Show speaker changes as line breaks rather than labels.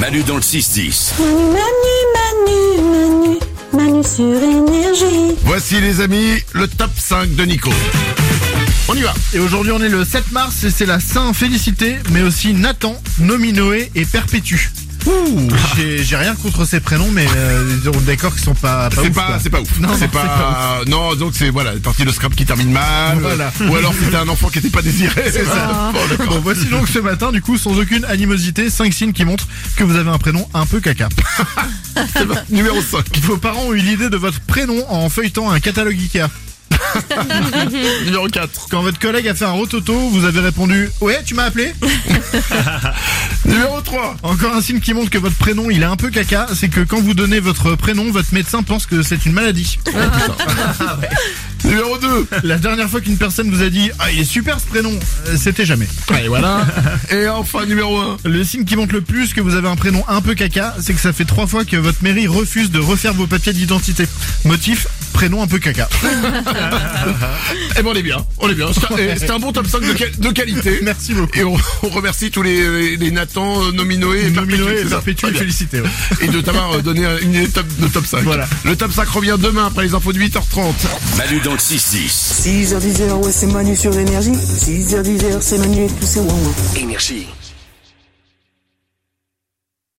Manu dans le 6-10.
Manu, Manu, Manu, Manu, Manu sur énergie.
Voici les amis, le top 5 de Nico. On y va.
Et aujourd'hui, on est le 7 mars et c'est la Saint Félicité, mais aussi Nathan, Nominoé et Perpétue. J'ai j'ai rien contre ces prénoms, mais euh, on est d'accord qu'ils sont pas. pas
C'est
ouf,
pas,
quoi.
c'est pas ouf.
Non, non,
c'est pas, non, donc c'est voilà, partie de scrap qui termine mal.
Voilà.
Ou alors c'était un enfant qui n'était pas désiré. C'est ça. Bon, d'accord.
Bon, voici donc ce matin, du coup, sans aucune animosité, 5 signes qui montrent que vous avez un prénom un peu caca.
C'est bon. Numéro 5.
Vos parents ont eu l'idée de votre prénom en feuilletant un catalogue Ikea.
Numéro 4.
Quand votre collègue a fait un rototo, vous avez répondu Ouais, tu m'as appelé
Numéro 3.
Encore un signe qui montre que votre prénom il est un peu caca, c'est que quand vous donnez votre prénom, votre médecin pense que c'est une maladie.
Ah, Numéro 2.
La dernière fois qu'une personne vous a dit Ah, il est super ce prénom, euh, c'était jamais.
Allez, voilà. Et enfin, numéro 1.
Le signe qui montre le plus que vous avez un prénom un peu caca, c'est que ça fait trois fois que votre mairie refuse de refaire vos papiers d'identité. Motif prénom un peu caca.
Eh ben, on est bien. On est bien. C'est un- eh, C'était un bon top 5 de, quel- de qualité.
Merci beaucoup.
Et on, on remercie tous les, les Nathan, euh, Nominoé et
Domino
Perpétue, c'est
et
ça
Perpétue,
Très bien.
félicité. ouais.
Et de t'avoir euh, donné une idée de top, de top 5.
Voilà.
Le top 5 revient demain après les infos de 8h30.
Manu dans le 6-10.
6h10, ouais, c'est Manu sur énergie. 6h10, c'est Manu et tous ses wouah wouah.
Énergie.